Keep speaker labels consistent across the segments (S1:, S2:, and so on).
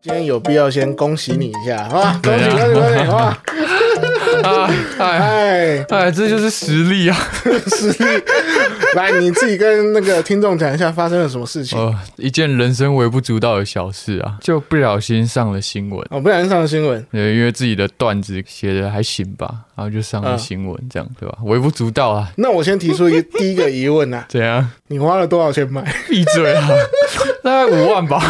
S1: 今天有必要先恭喜你一下，好吧？恭喜
S2: 对
S1: 恭
S2: 啊
S1: 喜恭喜，好吧？
S2: 啊， 哎
S1: 哎，
S2: 哎，这就是实力啊！
S1: 是，来你自己跟那个听众讲一下发生了什么事情。
S2: 呃，一件人生微不足道的小事啊，就不小心上了新闻。
S1: 哦，不然上了新闻，
S2: 对，因为自己的段子写的还行吧，然后就上了
S1: 嗯
S2: 新闻，这样、对吧？微不足道啊，
S1: 那我先提出一第一个疑问呐、啊，
S2: 怎样？
S1: 你花了多少钱买？
S2: 闭嘴啊！ 大概五万 吧，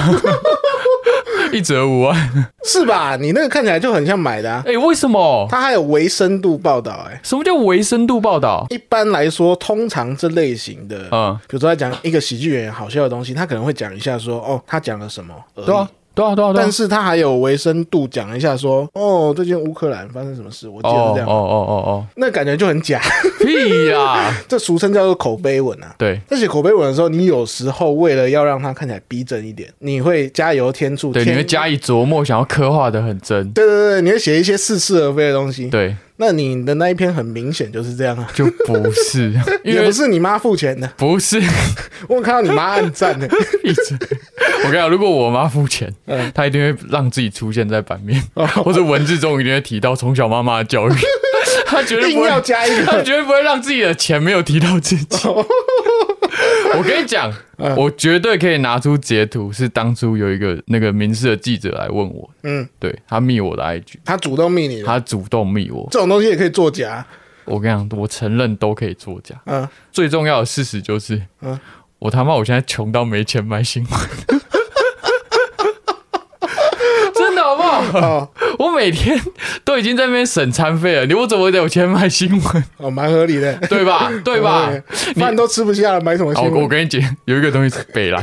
S2: 一折五万。
S1: 是吧？你那个看起来就很像买的啊，
S2: 哎、为什么？
S1: 它还有维深度报道、哎，
S2: 什么叫维深度报道？
S1: 一般来说，通常这类型的，
S2: 嗯，
S1: 比如说他讲一个喜剧演员好笑的东西，他可能会讲一下说，哦，他讲了什么而已。
S2: 对啊，对啊，对啊，对啊
S1: 但。是他还有维深度讲一下说，哦，最近乌克兰发生什么事，我记
S2: 哦
S1: 得是
S2: 哦
S1: 这
S2: 哦
S1: 样，
S2: 哦
S1: 那感觉就很假，
S2: 哦，屁啦！
S1: 这俗称叫做口碑文啊。
S2: 对
S1: 在写口碑文的时候，你有时候为了要让它看起来逼真一点，你会加油添醋，
S2: 对，你
S1: 添
S2: 会加以琢磨，想要刻画的很真。
S1: 对对对，你会写一些似是而非的东西。
S2: 对，
S1: 那你的那一篇很明显就是这样啊，
S2: 就不 是，因
S1: 也
S2: 为
S1: 不是你妈付钱的，
S2: 不是
S1: 我有看到你妈暗赞 的。
S2: 一直。我跟你讲，如果我妈付钱，
S1: 嗯
S2: 她一定会让自己出现在版面，
S1: 哦
S2: 或者文字中一定会提到从小妈妈的 教育，她绝对不
S1: 硬
S2: 会
S1: 要加一
S2: 他
S1: 个，
S2: 绝对不会让自己的钱没有提到 自己。我跟你讲，
S1: 嗯
S2: 我绝对可以拿出截图，是当初有一个那个民事的记者来问我，
S1: 嗯，
S2: 对他密我的 IG，
S1: 他主动密你的，
S2: 他主动密我。
S1: 这种东西也可以作假。
S2: 我跟你讲，我承认都可以作假。
S1: 嗯，
S2: 最重要的事实就是，
S1: 嗯
S2: 我他妈我现在穷到没钱买新闻。 真的好不好？
S1: 哦，
S2: 我每天都已经在那边省餐费了，你我怎么有钱买 新闻？
S1: 哦，蛮合理的，哦
S2: 对吧？对吧？你
S1: 饭都吃不下了，买什么
S2: 好，
S1: 新
S2: 我
S1: 闻？嗯
S2: 跟你讲，有一个东西是北狼，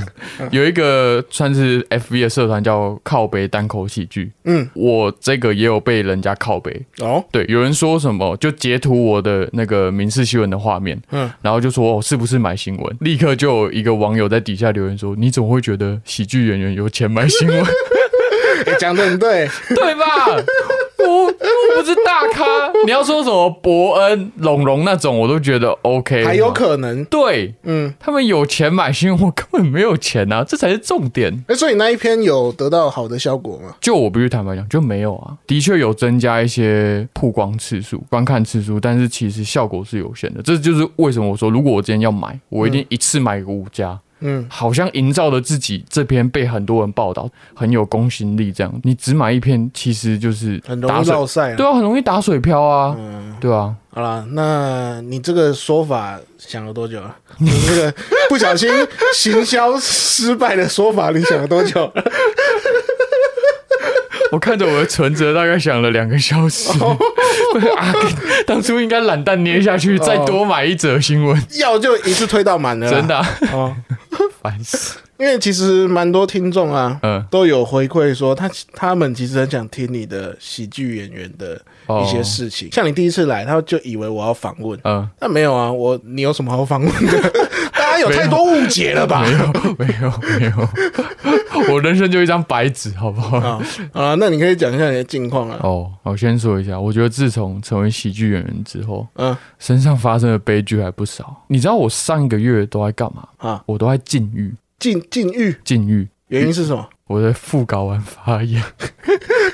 S2: 有一个算是 FV 的社团叫靠北单口喜剧。
S1: 嗯，
S2: 我这个也有被人家靠北，
S1: 哦，
S2: 对，有人说什么就截图我的那个民事新闻的画面，
S1: 嗯
S2: 嗯，然后就说我、哦、是不是买新闻，立刻就有一个网友在底下留言说，你怎么会觉得喜剧演员有钱买新闻，
S1: 诶讲的很 对，
S2: 对吧？我我不是大咖，你要说什么伯恩、龙龙那种，我都觉得 OK，
S1: 还有可能，
S2: 对，
S1: 嗯，
S2: 他们有钱买新闻，我根本没有钱啊，这才是重点。
S1: 哎，所以那一篇有得到好的效果吗？
S2: 就我必须坦白讲，就没有啊，的确有增加一些曝光次数、观看次数，但是其实效果是有限的。这就是为什么我说，如果我今天要买，我一定一次买个五家。
S1: 嗯
S2: 好像营造了自己这篇被很多人报道，很有公信力。这样，你只买一篇，其实就是
S1: 很容
S2: 打
S1: 易
S2: 水，
S1: 落嗯赛啊。
S2: 对啊，很容易打水漂啊，对啊。
S1: 好了，那你这个说法想了多久了？ 你这个不小心行销失败的说法，你想了多 久？
S2: 我看着我的存折，大概想了两个小时。
S1: 哦
S2: 啊，当初应该懒蛋捏下
S1: 哦
S2: 去，再多买一则新闻，
S1: 要就一次推到满了啦，
S2: 真的啊、
S1: 哦。
S2: 烦死。
S1: 因为其实蛮多听众啊，
S2: 嗯，
S1: 都有回馈说他他们其实很想听你的喜剧演员的
S2: 哦
S1: 一些事情。像你第一次来，他就以为我要访问，
S2: 嗯，
S1: 那没有啊，我你有什么好访问 的？大家有太多误解了吧
S2: 没？有，没有，没有， 我人生就一张白纸，好不好？
S1: 啊啊，那你可以讲一下你的近况啊。
S2: 哦，我先说一下，我觉得自从成为喜剧演员之后，
S1: 嗯
S2: 身上发生的悲剧还不少。你知道我上个月都在干嘛？
S1: 啊，
S2: 我都在禁欲，
S1: 禁禁欲
S2: 禁欲，
S1: 原因是什么？
S2: 我的副睾丸发炎。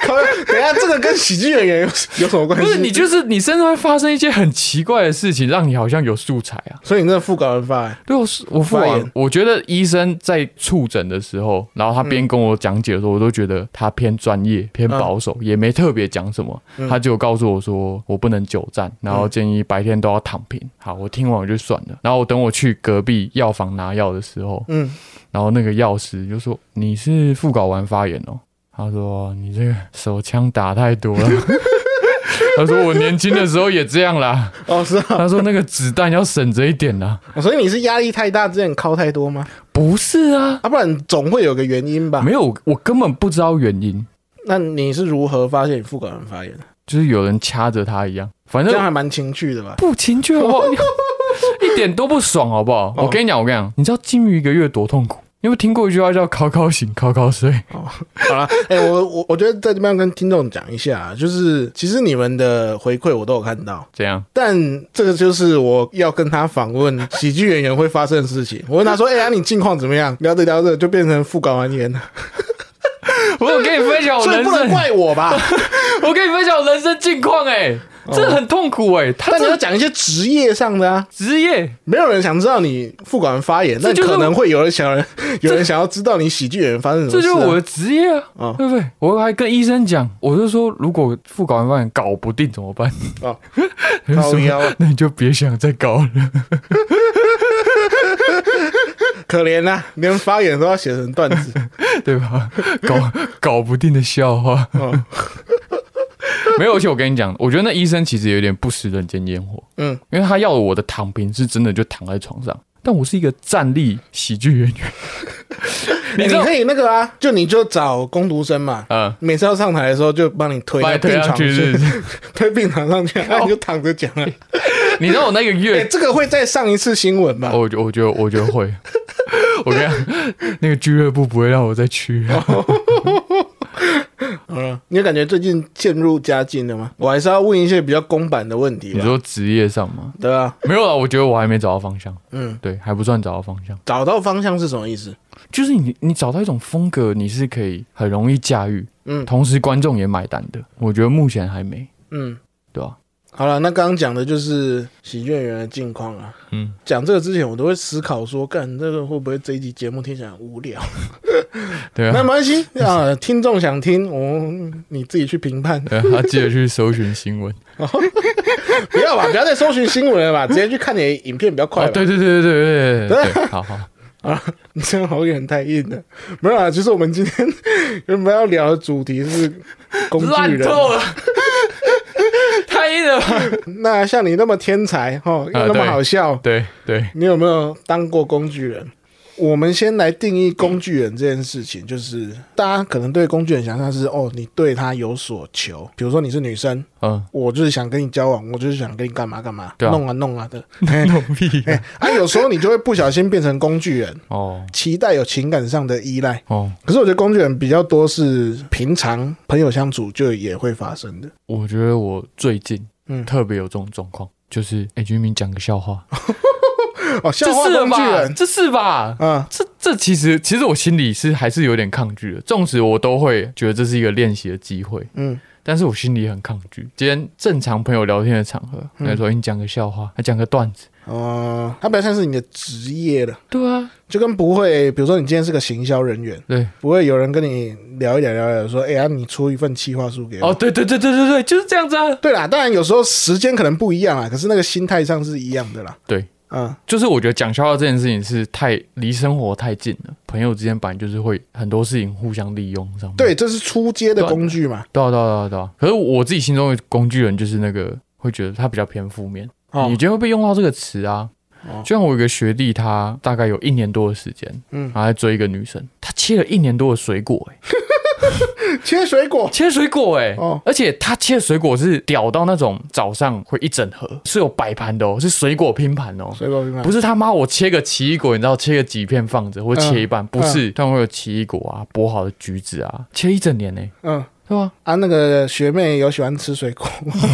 S1: 靠 等一下，这个跟喜剧演员有有什么关
S2: 不
S1: 系？
S2: 是，你就是你身上会发生一些很奇怪的事情，让你好像有素材啊。
S1: 所以你那副稿人发、欸，
S2: 对，我是我付
S1: 发
S2: 完
S1: 炎，
S2: 我觉得医生在触诊的时候，然后他边跟我讲解的时候，我都觉得他偏专业、偏保守，
S1: 嗯
S2: 也没特别讲什么。他就告诉我说，我不能久站，然后建议白天都要躺平。好，我听完我就算了。然后我等我去隔壁药房拿药的时候，
S1: 嗯，
S2: 然后那个药师就说：“你是副睾丸发炎哦。”他说：“你这个手枪打太多了。” 他说：“我年轻的时候也这样啦。
S1: 哦是”啊，
S2: 他说：“那个子弹要省着一点啦。
S1: 哦所以你是压力太大，之前靠太多吗？”
S2: 不是啊，
S1: 啊，不然总会有个原因吧？
S2: 没有，我根本不知道原因，
S1: 那你是如何发现你副稿人发炎的？
S2: 就是有人掐着他一样，反
S1: 这样
S2: 正
S1: 还蛮情趣的吧？
S2: 不情趣好不好？ 一点都不爽好不好？
S1: 哦
S2: 我跟你讲，我跟你讲，你知道禁欲一个月多痛苦？你有没有听过一句话叫“考考醒，考考睡
S1: 好啦，哎、我我我觉得在这边跟听众讲一下啊，就是其实你们的回馈我都有看到”？，
S2: 怎样？
S1: 但这个就是我要跟他访问喜剧演员会发啊生的事情。我问他说：“哎、呀、你近况怎么样？”聊着聊着就变成副稿完言了。
S2: 我有跟你分享我
S1: 所以
S2: 人
S1: 不能
S2: 生，
S1: 怪我吧？
S2: 我跟你分享我人生近况哎、这很痛苦哎、
S1: 哦
S2: 他
S1: 但你要
S2: 这
S1: 讲一些职业上的啊，
S2: 职业
S1: 没有人想知道你副管发言，
S2: 这
S1: 但
S2: 就是
S1: 可能会有人想人 有人想要知道你喜剧演员发生什
S2: 这
S1: 么事、
S2: 就
S1: 啊。
S2: 是我的职业啊，
S1: 哦
S2: 对不对？我还跟医生讲，我就说如果副搞完饭搞不定怎么办？
S1: 哦，
S2: 他就
S1: 靠腰
S2: 说那你就别想再搞了。
S1: 可怜呐、啊，连发言都要写成段 子。
S2: 对吧？搞搞不定的笑话。
S1: 哦
S2: 没有，而且我跟你讲，我觉得那医生其实有点不食人间烟火，
S1: 嗯，
S2: 因为他要我的躺平是真的就躺在床上，但我是一个站立喜剧演员。
S1: 你
S2: 你知道
S1: 可以那个啊，就你就找工读生嘛，
S2: 嗯，
S1: 每次要上台的时候就帮你推
S2: 把
S1: 到
S2: 你
S1: 病
S2: 推上
S1: 床
S2: 去是不哦是，
S1: 推病床上去，然后你就躺着讲 啊。
S2: 你知道我那个
S1: 哎、
S2: 月，
S1: 这个会再上一次新闻吧？
S2: 我觉我觉得我觉得会，我跟你讲，那个俱乐部不会让我再去。
S1: 哦嗯，你有感觉最近渐入佳境了吗？我还是要问一些比较公版的问题
S2: 你
S1: 吧，
S2: 说职业上吗？
S1: 对吧？
S2: 没有啊，我觉得我还没找到方向。
S1: 嗯，
S2: 对，还不算找到方向，
S1: 找到方向是什么意思？
S2: 就是你你找到一种风格，你是可以很容易驾驭，
S1: 嗯
S2: 同时观众也买单的。我觉得目前还没，
S1: 嗯，
S2: 对吧、
S1: 好了，那刚刚讲的就是喜剧演员的近况啊。
S2: 嗯，
S1: 讲这个之前，我都会思考说，干这个会不会这一集节目听起来很无聊？
S2: 对
S1: 那
S2: 啊，
S1: 没关系啊，听众想听，我你自己去评判。
S2: 对啊， 他记得去搜寻新闻。
S1: 不要吧，不要再搜寻新闻了吧，直接去看你的影片比较快
S2: 哦，
S1: 吧。
S2: 对对对对对对对 对，好好，
S1: 啊，你 这样好远太硬了。没有啊，其实我们今天 原本要聊的主题是工具
S2: 烂
S1: 人。
S2: 透 了，太硬了吧。
S1: 那像你那么天才哈，哦又那么
S2: 啊对
S1: 好笑，
S2: 对对，
S1: 你有没有当过工具人？我们先来定义工具人这件事情，就是大家可能对工具人想象是哦，你对他有所求，比如说你是女生，
S2: 嗯，
S1: 我就是想跟你交往，我就是想跟你干嘛干嘛，
S2: 对啊
S1: 弄啊弄啊的。
S2: 牛逼
S1: 哎、啊，有时候你就会不小心变成工具人，
S2: 哦
S1: 期待有情感上的依赖。
S2: 哦，
S1: 可是我觉得工具人比较多是平常朋友相处就也会发生的。
S2: 我觉得我最近
S1: 嗯，
S2: 特别有这种状况，就是哎，居民讲个笑话，
S1: 哦，笑
S2: 这
S1: 话
S2: 是了
S1: 工具
S2: 吧？
S1: 人，
S2: 这是吧？
S1: 嗯
S2: 这这其实其实我心里是还是有点抗拒的，纵使我都会觉得这是一个练习的机会，
S1: 嗯，
S2: 但是我心里很抗拒。今天正常朋友聊天的场合，
S1: 嗯
S2: 那时候你讲个笑话，还讲个段子，
S1: 哦，它比较像是你的职业了。
S2: 对啊，
S1: 就跟不会，比如说你今天是个行销人员，
S2: 对，
S1: 不会有人跟你聊一聊聊一聊说，哎、呀、你出一份企划书给我。
S2: 哦，对对对对对对，就是这样子啊。
S1: 对啦，当然有时候时间可能不一样啊啦，可是那个心态上是一样的啦。
S2: 对，
S1: 嗯
S2: 就是我觉得讲笑话这件事情是太离生活太近了，朋友之间本来就是会很多事情互相利用上面。
S1: 对，这是出街的工具嘛。
S2: 对啊，对啊，对啊，对啊。可是我自己心中的工具人就是那个会觉得他比较偏负面，
S1: 哦
S2: 你今天会被用到这个词啊。
S1: 哦
S2: 就像我有一个学弟，他大概有一年多的时间，
S1: 嗯
S2: 嗯，然后在追一个女生，他切了一年多的水果、欸，
S1: 切水果，
S2: 切水果、欸，
S1: 哦
S2: 而且他切水果是屌到那种早上会一整盒，是有摆盘的哦，是水果拼盘哦，
S1: 水果冰棒
S2: 不是他妈我切个奇异果，你知道切个几片放着，或者切一半，不是，他们会有奇异果啊，剥好的橘子啊，切一整年呢、欸，
S1: 嗯
S2: 对吧？
S1: 啊，那个学妹有喜欢吃水果 吗？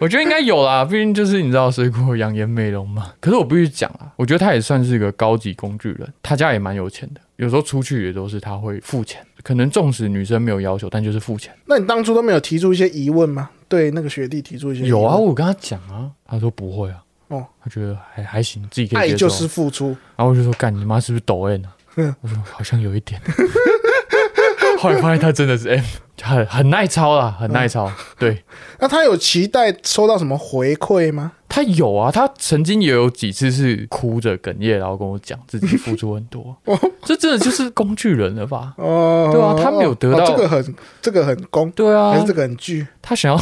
S2: 我觉得应该有啦，毕竟就是你知道水果养颜美容嘛。可是我必须讲啊，我觉得他也算是一个高级工具人，他家也蛮有钱的，有时候出去也都是他会付钱，可能纵使女生没有要求，但就是付钱。
S1: 那你当初都没有提出一些疑问吗？对那个学弟提出一些疑问
S2: 有啊，，我有跟他讲啊，他说不会啊，
S1: 哦
S2: 哦，他觉得还还行，自己可以
S1: 爱
S2: 接
S1: 就
S2: 受。
S1: 是付出，
S2: 然后我就说，干你妈是不是抖 M 啊？我说好像有一点。 后来发现他真的是 M，很很耐操啦，很耐操，对。
S1: 那他有期待收到什么回馈吗？
S2: 他有啊，他曾经也有几次是哭着哽咽，然后跟我讲自己付出很 多，这真的就是工具人了吧？
S1: 哦，
S2: 对啊他没有得到
S1: 哦这个很这个很公，
S2: 对
S1: 还
S2: 啊
S1: 是这，个很巨，
S2: 他想要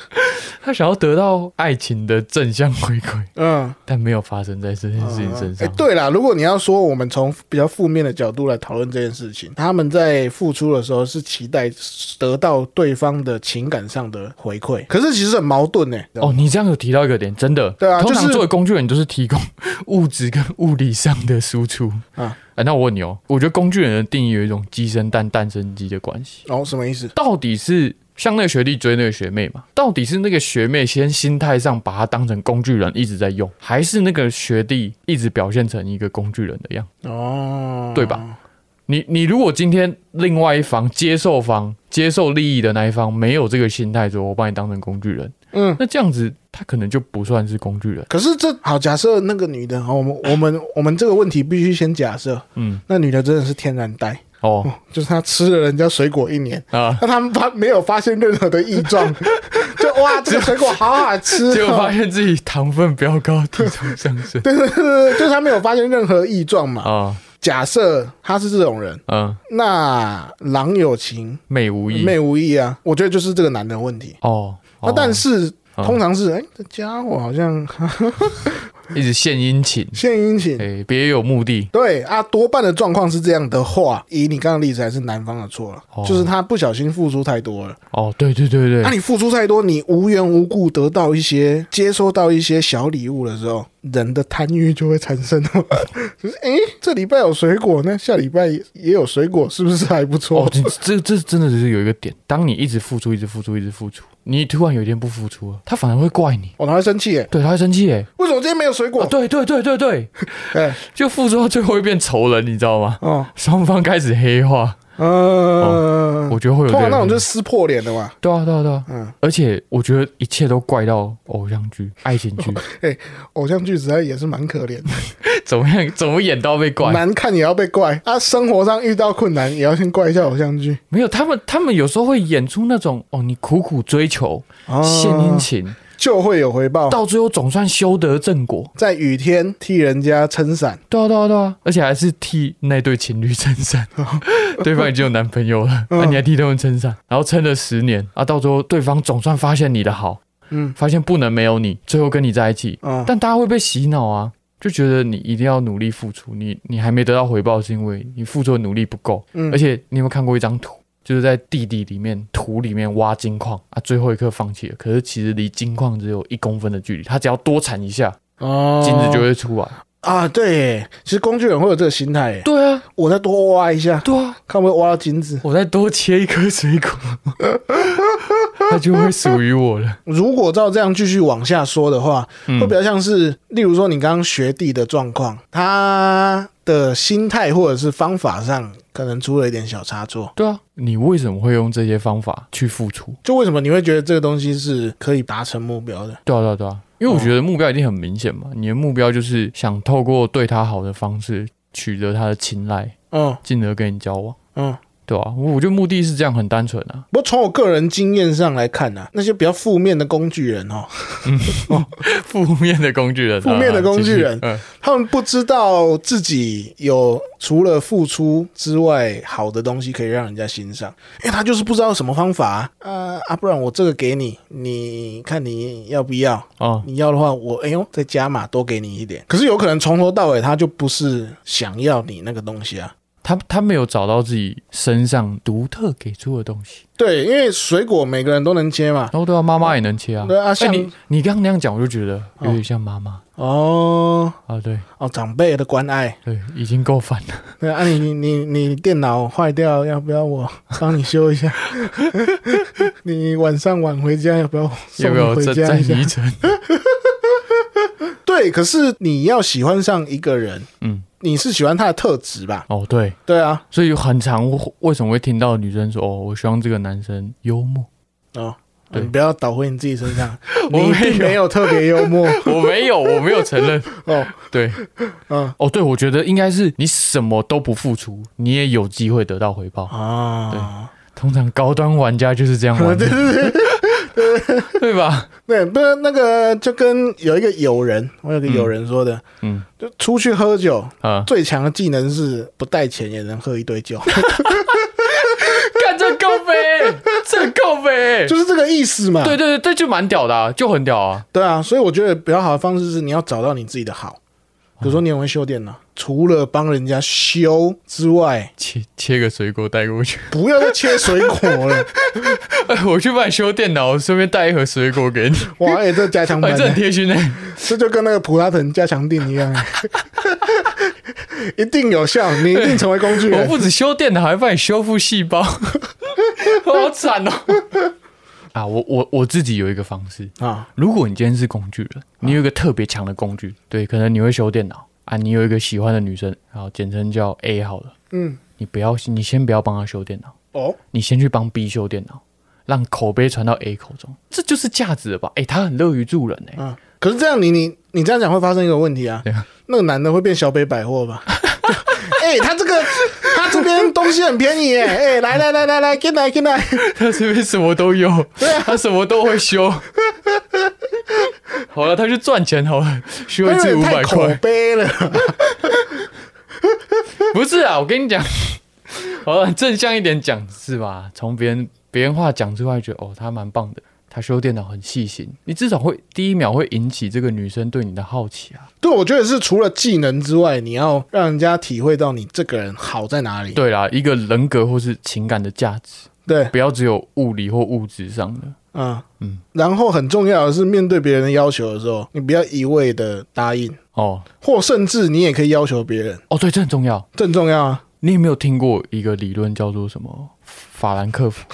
S2: 他想要得到爱情的正向回馈，
S1: 嗯，
S2: 但没有发生在这件事情身
S1: 哎、
S2: 上。
S1: 对啦，如果你要说我们从比较负面的角度来讨论这件事情，他们在付出的时候是期待得到对方的情感上的回馈，可是其实很矛盾呢、
S2: 哦，，你这样有提到一个点，真的，
S1: 对啊
S2: 通
S1: 就
S2: 常
S1: 是
S2: 作为工具人，就是提供物质跟物理上的输出
S1: 啊
S2: 啊、那我问你哦，我觉得工具人的定义有一种鸡生蛋，蛋生鸡的关系。
S1: 哦，什么意思？
S2: 到底是像那个学弟追那个学妹嘛？到底是那个学妹先心态上把她当成工具人一直在用，还是那个学弟一直表现成一个工具人的样？
S1: 哦，
S2: 对吧？你你如果今天另外一方接受方接受利益的那一方没有这个心态，说我把你当成工具人，
S1: 嗯，
S2: 那这样子他可能就不算是工具人。
S1: 可是这好，假设那个女的，哦好我们我们 我们这个问题必须先假设，
S2: 嗯，
S1: 那女的真的是天然呆，
S2: 哦
S1: 哦，就是她吃了人家水果一年，
S2: 啊，
S1: 那她发没有发现任何的异状， 就哇，这个水果好好吃、
S2: 结果发
S1: 哦，
S2: 现自己糖分飙高，体重上 升。
S1: 对对对对，就是她没有发现任何异状嘛。
S2: 啊，
S1: 假设她是这种人，
S2: 嗯，
S1: 那郎有情，
S2: 美无意。
S1: 妹无意啊，我觉得就是这个男的问题。
S2: 哦，
S1: 那但
S2: 是
S1: 是
S2: 哦
S1: 通常是，哎、这家伙好像
S2: 一直献殷勤，
S1: 献殷勤。
S2: 哎，别有目的。
S1: 对啊，多半的状况是这样的话，以你刚刚的例子，还是男方的错了，
S2: 哦
S1: 就是他不小心付出太多了。
S2: 哦，对对对
S1: 那、
S2: 对，
S1: 啊你付出太多，你无缘无故得到一些、接收到一些小礼物的时候，人的贪欲就会产生哦。 就是哎，诶这礼拜有水果，那下礼拜也有水果，是不是还不错？
S2: 哦，这这这真的是有一个点，当你一直付出，一直付出，一直付出，你突然有一天不付出了，他反而会怪你，
S1: 哦我他会生气耶，
S2: 对，他会生气哎。
S1: 为什么今天没有水果
S2: 啊，？对对对对对，
S1: 哎，
S2: 就付出到最后会变仇人，你知道吗？
S1: 哦，
S2: 双方开始黑化，
S1: 呃，
S2: 哦我觉得会有
S1: 通
S2: 这
S1: 常
S2: 个
S1: 那种
S2: 问题
S1: 就是撕破脸的嘛。
S2: 对啊对啊对啊，
S1: 嗯，
S2: 而且我觉得一切都怪到偶像剧、爱情剧，
S1: 哦偶像剧实在也是蛮可怜的。
S2: 怎么样怎么演都要被怪。
S1: 难看也要被怪啊，生活上遇到困难也要先怪一下偶像剧。
S2: 没有，他们他们有时候会演出那种哦，你苦苦追求、
S1: 啊
S2: 献殷勤，
S1: 就会有回报，
S2: 到最后总算修得正果。
S1: 在雨天替人家撑伞，
S2: 对啊，对啊，对啊，而且还是替那对情侣撑伞， 对方已经有男朋友了，啊那、你还替他们撑伞，然后撑了十年啊，到最后对方总算发现你的好，
S1: 嗯
S2: 发现不能没有你，最后跟你在一起，
S1: 啊，
S2: 但大家会被洗脑啊，就觉得你一定要努力付出，你你还没得到回报是因为你付出的努力不够，
S1: 嗯
S2: 而且你有没有看过一张图？就是在地底里面土里面挖金矿啊，最后一刻放弃了。可是其实离金矿只有一公分的距离，它只要多铲一下，
S1: 哦
S2: 金子就会出来。
S1: 啊，对耶，其实工具人会有这个心态耶，
S2: 对啊，
S1: 我再多挖一下，
S2: 对啊，
S1: 看会不会挖到金子。
S2: 我再多切一颗水果， 它就会属于我了。
S1: 如果照这样继续往下说的话，
S2: 嗯
S1: 会比较像是，例如说你刚刚学弟的状况，他的心态或者是方法上可能出了一点小差错。
S2: 对啊，你为什么会用这些方法去付出？
S1: 就为什么你会觉得这个东西是可以达成目标的？
S2: 对啊，对啊，对啊，因为我觉得目标一定很明显嘛。你的目标就是想透过对他好的方式取得他的青睐，
S1: 嗯
S2: 进而跟你交往，
S1: 嗯，
S2: 对啊，我我觉得目的是这样，很单纯啊。
S1: 不过从我个人经验上来看呢、那些比较负面的工具人哦，
S2: 负面的工具人，
S1: 负面的工具人
S2: 啊嗯，
S1: 他们不知道自己有除了付出之外好的东西可以让人家欣赏，因为他就是不知道什么方法啊啊啊不然我这个给你，你看你要不要？
S2: 啊，
S1: 你要的话，我哎呦再加码多给你一点。可是有可能从头到尾他就不是想要你那个东西啊。
S2: 他他没有找到自己身上独特给出的东西。
S1: 对，因为水果每个人都能切嘛。
S2: 然后对啊，妈妈也能切啊。
S1: 对啊，
S2: 哎、
S1: 像、
S2: 你你刚刚那样讲，我就觉得有点像妈妈、
S1: 哦
S2: 啊。对
S1: 哦长辈的关爱。
S2: 对，已经够烦了。
S1: 对啊，你你你电脑坏掉，要不要我帮你修一下？ 你晚上晚回家，要不要我
S2: 要
S1: 送
S2: 不
S1: 你
S2: 要
S1: 回
S2: 再
S1: 家
S2: 再
S1: 一下？
S2: 移成？
S1: 对，可是你要喜欢上一个人，
S2: 嗯，
S1: 你是喜欢他的特质吧？
S2: 哦对，
S1: 对啊，
S2: 所以很常我为什么会听到女生说哦，我希望这个男生幽默。
S1: 哦，
S2: 对
S1: 你不要倒回你自己身上，
S2: 我
S1: 你并
S2: 没
S1: 没有特别幽默
S2: 我没有，我没有承认。
S1: 哦。
S2: 对，
S1: 嗯
S2: 哦对，我觉得应该是你什么都不付出，你也有机会得到回报。
S1: 啊，
S2: 通常高端玩家就是这样玩的，对吧？
S1: 对，不是那个就跟有一个友人，我有个友人说的，
S2: 嗯
S1: 就出去喝酒，
S2: 啊，
S1: 最强的技能是不带钱也能喝一堆酒。
S2: 干这够呗，这够 呗。
S1: 就是这个意思嘛。
S2: 对对对，这就蛮屌的、啊，就很屌啊。
S1: 对啊，所以我觉得比较好的方式是你要找到你自己的好，比如说你很会修电脑，除了帮人家修之外，
S2: 切切个水果带过去，
S1: 不要再切水果了。
S2: 我去帮你修电脑，顺便带一盒水果给你，
S1: 哇，哎、这加强
S2: 哎、
S1: 版、
S2: 这很
S1: 欸，
S2: 贴心呢、
S1: 这就跟那个普拉腾加强定一样、 一定有效，你一定成为工具
S2: 我
S1: 人。
S2: 不止修电脑，还帮你修复细 胞，我好惨哦。啊，我我我自己有一个方式，
S1: 啊，
S2: 如果你今天是工具人，你有一个特别强的工具，对，可能你会修电脑啊，你有一个喜欢的女生，然后简称叫 A 好了。
S1: 嗯，
S2: 你不要，你先不要帮他修电脑，
S1: 哦，
S2: 你先去帮 B 修电脑，让口碑传到 A 口中，这就是价值了吧？哎、他很乐于助人哎、
S1: 嗯，可是这样你你你这样讲会发生一个问题啊
S2: 对啊，
S1: 那个男的会变小北百货吧？ 哎、他这个他这边东西很便宜耶，哎、来来来来来，进来进来，
S2: 他这边什么都 有，
S1: 啊
S2: 他什么都会修。 好了，他去赚钱好了，修
S1: 有
S2: 一次
S1: 点
S2: 五
S1: 哎太
S2: 百
S1: 口
S2: 块，
S1: 碑了。
S2: 不是啊，我跟你讲，好了，正向一点讲是吧？从别人别人话讲之外，觉得哦，他蛮棒的，他修电脑很细心，你至少会第一秒会引起这个女生对你的好奇啊。
S1: 对，我觉得是除了技能之外，你要让人家体会到你这个人好在哪里。
S2: 对啦，一个人格或是情感的价值，
S1: 对，
S2: 不要只有物理或物质上的。
S1: 嗯
S2: 嗯
S1: 嗯。然后很重要的是，面对别人的要求的时候，你不要一味的答应，
S2: 哦
S1: 或甚至你也可以要求别人，
S2: 哦，对，这很重要。
S1: 这很重要啊。
S2: 你有没有听过一个理论叫做什么法兰克福？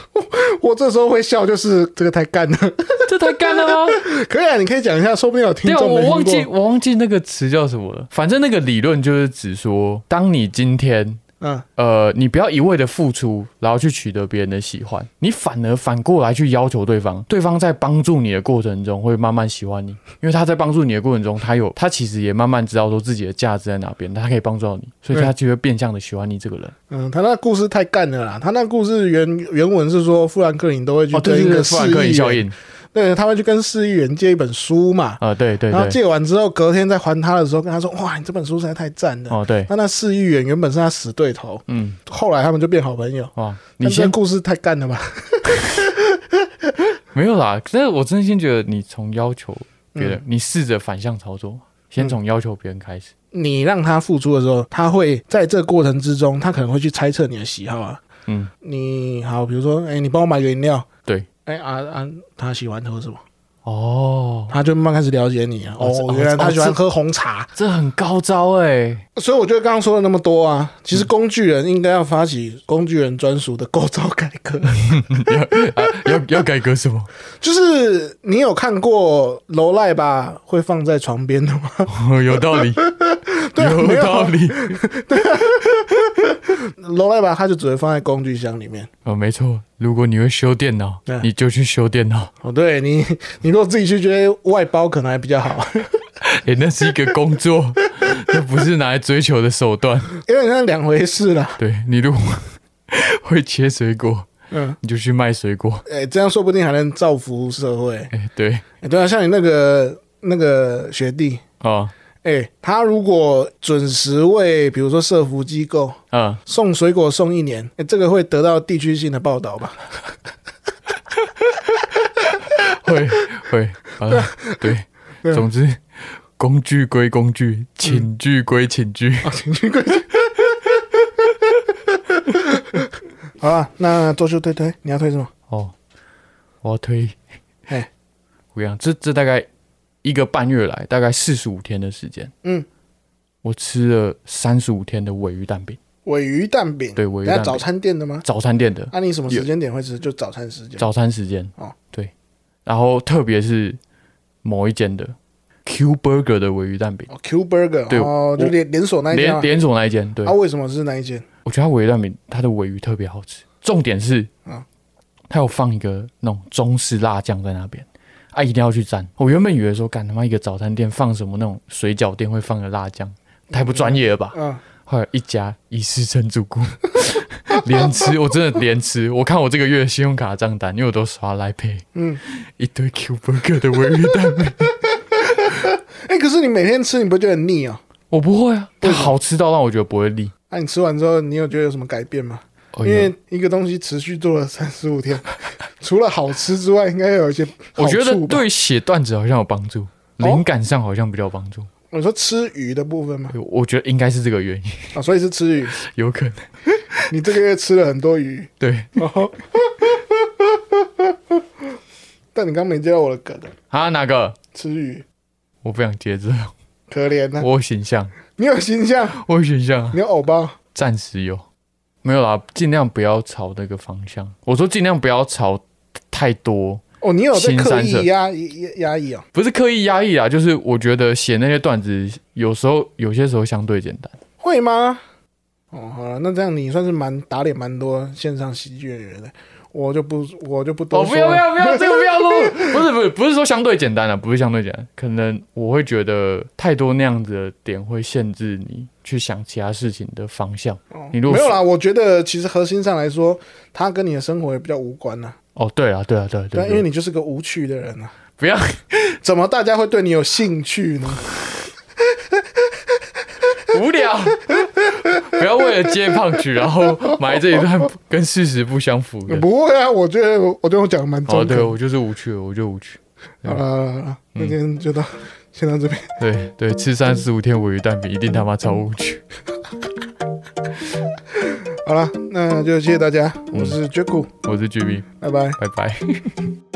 S1: 我这时候会笑，就是这个太干了。
S2: 这太干 了吗？
S1: 可以啊，你可以讲一下，说不定有听
S2: 对啊，
S1: 众没
S2: 我
S1: 听
S2: 忘
S1: 过
S2: 记。我忘记那个词叫什么了。反正那个理论就是指说，当你今天
S1: 嗯，
S2: 呃，你不要一味的付出，然后去取得别人的喜欢，你反而反过来去要求对方，对方在帮助你的过程中会慢慢喜欢你，因为他在帮助你的过程中，他有他其实也慢慢知道说自己的价值在哪边，他可以帮助到你，所以他就会变相的喜欢你这个人。
S1: 嗯，他那故事太干了啦。他那故事原原文是说，富兰克林都会去
S2: 哦，
S1: 跟
S2: 对
S1: 一
S2: 对
S1: 个
S2: 对，
S1: 市
S2: 富兰克林
S1: 议
S2: 效
S1: 员，
S2: 应，
S1: 对，他会去跟市议员借一本书嘛。
S2: 呃，对对
S1: 然后
S2: 对，
S1: 借完之后，隔天再还他的时候，跟他说：“哇，你这本书实在太赞了。
S2: 哦对，
S1: 那那市议员原本是他死对头，
S2: 嗯，
S1: 后来他们就变好朋友。
S2: 哇，
S1: 但
S2: 你
S1: 这
S2: 先
S1: 故事太干了吧？
S2: 没有啦，但是我真心觉得你从要求别人，你试着反向操作，先从要求别人开始。
S1: 你让他付出的时候，他会在这过程之中，他可能会去猜测你的喜好啊。
S2: 嗯，
S1: 你好，比如说，哎、你帮我买个饮料。
S2: 对。
S1: 哎、啊啊，他喜欢喝什么？
S2: 哦，
S1: 他就慢慢开始了解你啊。
S2: 哦这
S1: 哦
S2: 哦，
S1: 原来
S2: 这
S1: 他喜
S2: 哦
S1: 欢
S2: 这
S1: 喝红茶。
S2: 这很高招哎、
S1: 所以我觉得刚刚说了那么多啊，其实工具人应该要发起工具人专属的构造改革。
S2: 要要改革什么？
S1: 就是你有看过楼赖吧会放在床边的吗？
S2: 有道 理，
S1: 对啊没有
S2: 道理。
S1: 楼赖吧它就只会放在工具箱里面。
S2: 哦，没错，如果你会修电脑
S1: 对，
S2: 你就去修电脑。
S1: 哦，对你， 你如果自己去觉得外包可能还比较好，
S2: 哎、那是一个工作， 那不是拿来追求的手段。
S1: 因为那两回事啦。
S2: 对你如果 会切水果，
S1: 嗯，
S2: 你就去卖水果。
S1: 哎，这样说不定还能造福社会。
S2: 哎、对
S1: 哎，对啊，像你那个那个学弟，
S2: 哦，
S1: 哎，他如果准时为比如说社福机构
S2: 嗯，
S1: 送水果送一年，哎，这个会得到地区性的报道吧？
S2: 会 会，好了，对，
S1: 啊
S2: 总之。工具归工具，
S1: 嗯
S2: 寝具归寝具。
S1: 哦好啦，那周秀推推，你要推什么？
S2: 哦，我要推，
S1: 哎，
S2: 我跟你讲，这这大概一个半月来，大概四十五天的时间，
S1: 嗯，
S2: 我吃了三十五天的尾鱼蛋饼，
S1: 尾鱼蛋饼，
S2: 对尾鱼
S1: 等
S2: 蛋
S1: 下
S2: 饼
S1: 早餐店的吗？
S2: 早餐店的
S1: 那、你什么时间点会吃？就早餐时间。
S2: 早餐时间
S1: 啊哦，
S2: 对，然后特别是某一间的 Q Burger 的尾鱼蛋饼，
S1: 哦 Q Burger，
S2: 对
S1: 哦
S2: 我，
S1: 就连连锁那一家
S2: 连。连锁那一间，对
S1: 啊，，为什么是那一间？
S2: 我觉得它尾鱼蛋饼它的尾鱼特别好吃，重点是，
S1: 啊
S2: 它有放一个那种中式辣酱在那边。啊，一定要去沾！我原本以为说，干他妈一个早餐店放什么那种水饺店会放个辣酱，太不专业了吧？
S1: 嗯，
S2: 后来一家一次珍珠菇， 连吃，我真的连吃。我看我这个月的信用卡账单，因为我都刷来 pay，
S1: 嗯，
S2: 一堆 Q Burger 的微鱼蛋饼，
S1: 哎、可是你每天吃，你不觉得很腻哦？
S2: 我不会啊，它好吃到让我觉得不会腻。
S1: 那、你吃完之后，你有觉得有什么改变吗？
S2: 哦
S1: 因
S2: 有
S1: 为一个东西持续做了三十五天， 除了好吃之外，应该有一些好
S2: 我觉
S1: 处
S2: 得
S1: 吧。哦
S2: 对写段子好像有帮助，灵感上好像比较有帮助。
S1: 我说吃鱼的部分嘛，
S2: 我我觉得应该是这个原因，
S1: 啊，所以是吃鱼。
S2: 有可能
S1: 你这个月吃了很多鱼，
S2: 对
S1: 哦、 但你刚没接到我的梗，
S2: 啊，哪个？
S1: 吃鱼
S2: 我不想 接这种，
S1: 可怜呐、
S2: 我有形象，
S1: 你有形象，
S2: 我有形象啊。
S1: 你有偶包。
S2: 暂时有，没有啦，尽量不要朝那个方向。我说尽量不要朝太多，
S1: 哦，你有在
S2: 新
S1: 刻
S2: 三色
S1: 意压压压抑哦。
S2: 不是刻意压抑啦，就是我觉得写那些段子有时候有些时候相对简单，
S1: 会吗？哦，好了，那这样你算是蛮打脸蛮多线上喜剧演员的，我就不我就不多
S2: 哦，
S1: 说
S2: 不要不
S1: 了。
S2: 要不要，这个不 要录。不是不是不是说相对简单啊，不是相对简单，可能我会觉得太多那样子的点会限制你去想其他事情的方向。你 如
S1: 哦
S2: 果
S1: 没有啦，我觉得其实核心上来说，他跟你的生活也比较无关呐、
S2: 哦，对啊对啊对啊对
S1: 对
S2: 啊
S1: 啊，因为
S2: 对啊，
S1: 你就是个无趣的人啊，
S2: 不要
S1: 怎么大家会对你有兴趣 呢？
S2: 无聊， 不要为了接胖去，然后埋这一段跟事实不相符 的。
S1: 不会啊，我觉得我我对我讲的蛮
S2: 哦，
S1: 中肯
S2: 对，。我就是无趣，我嗯就无趣。
S1: 好了好了好了，那今天就到、先到这边。
S2: 对对，吃三十五天尾鱼蛋饼，一定他妈超无趣。
S1: 好了，那就谢谢大家，我是 j a c k
S2: 我是 G B，
S1: 拜拜。
S2: 拜拜。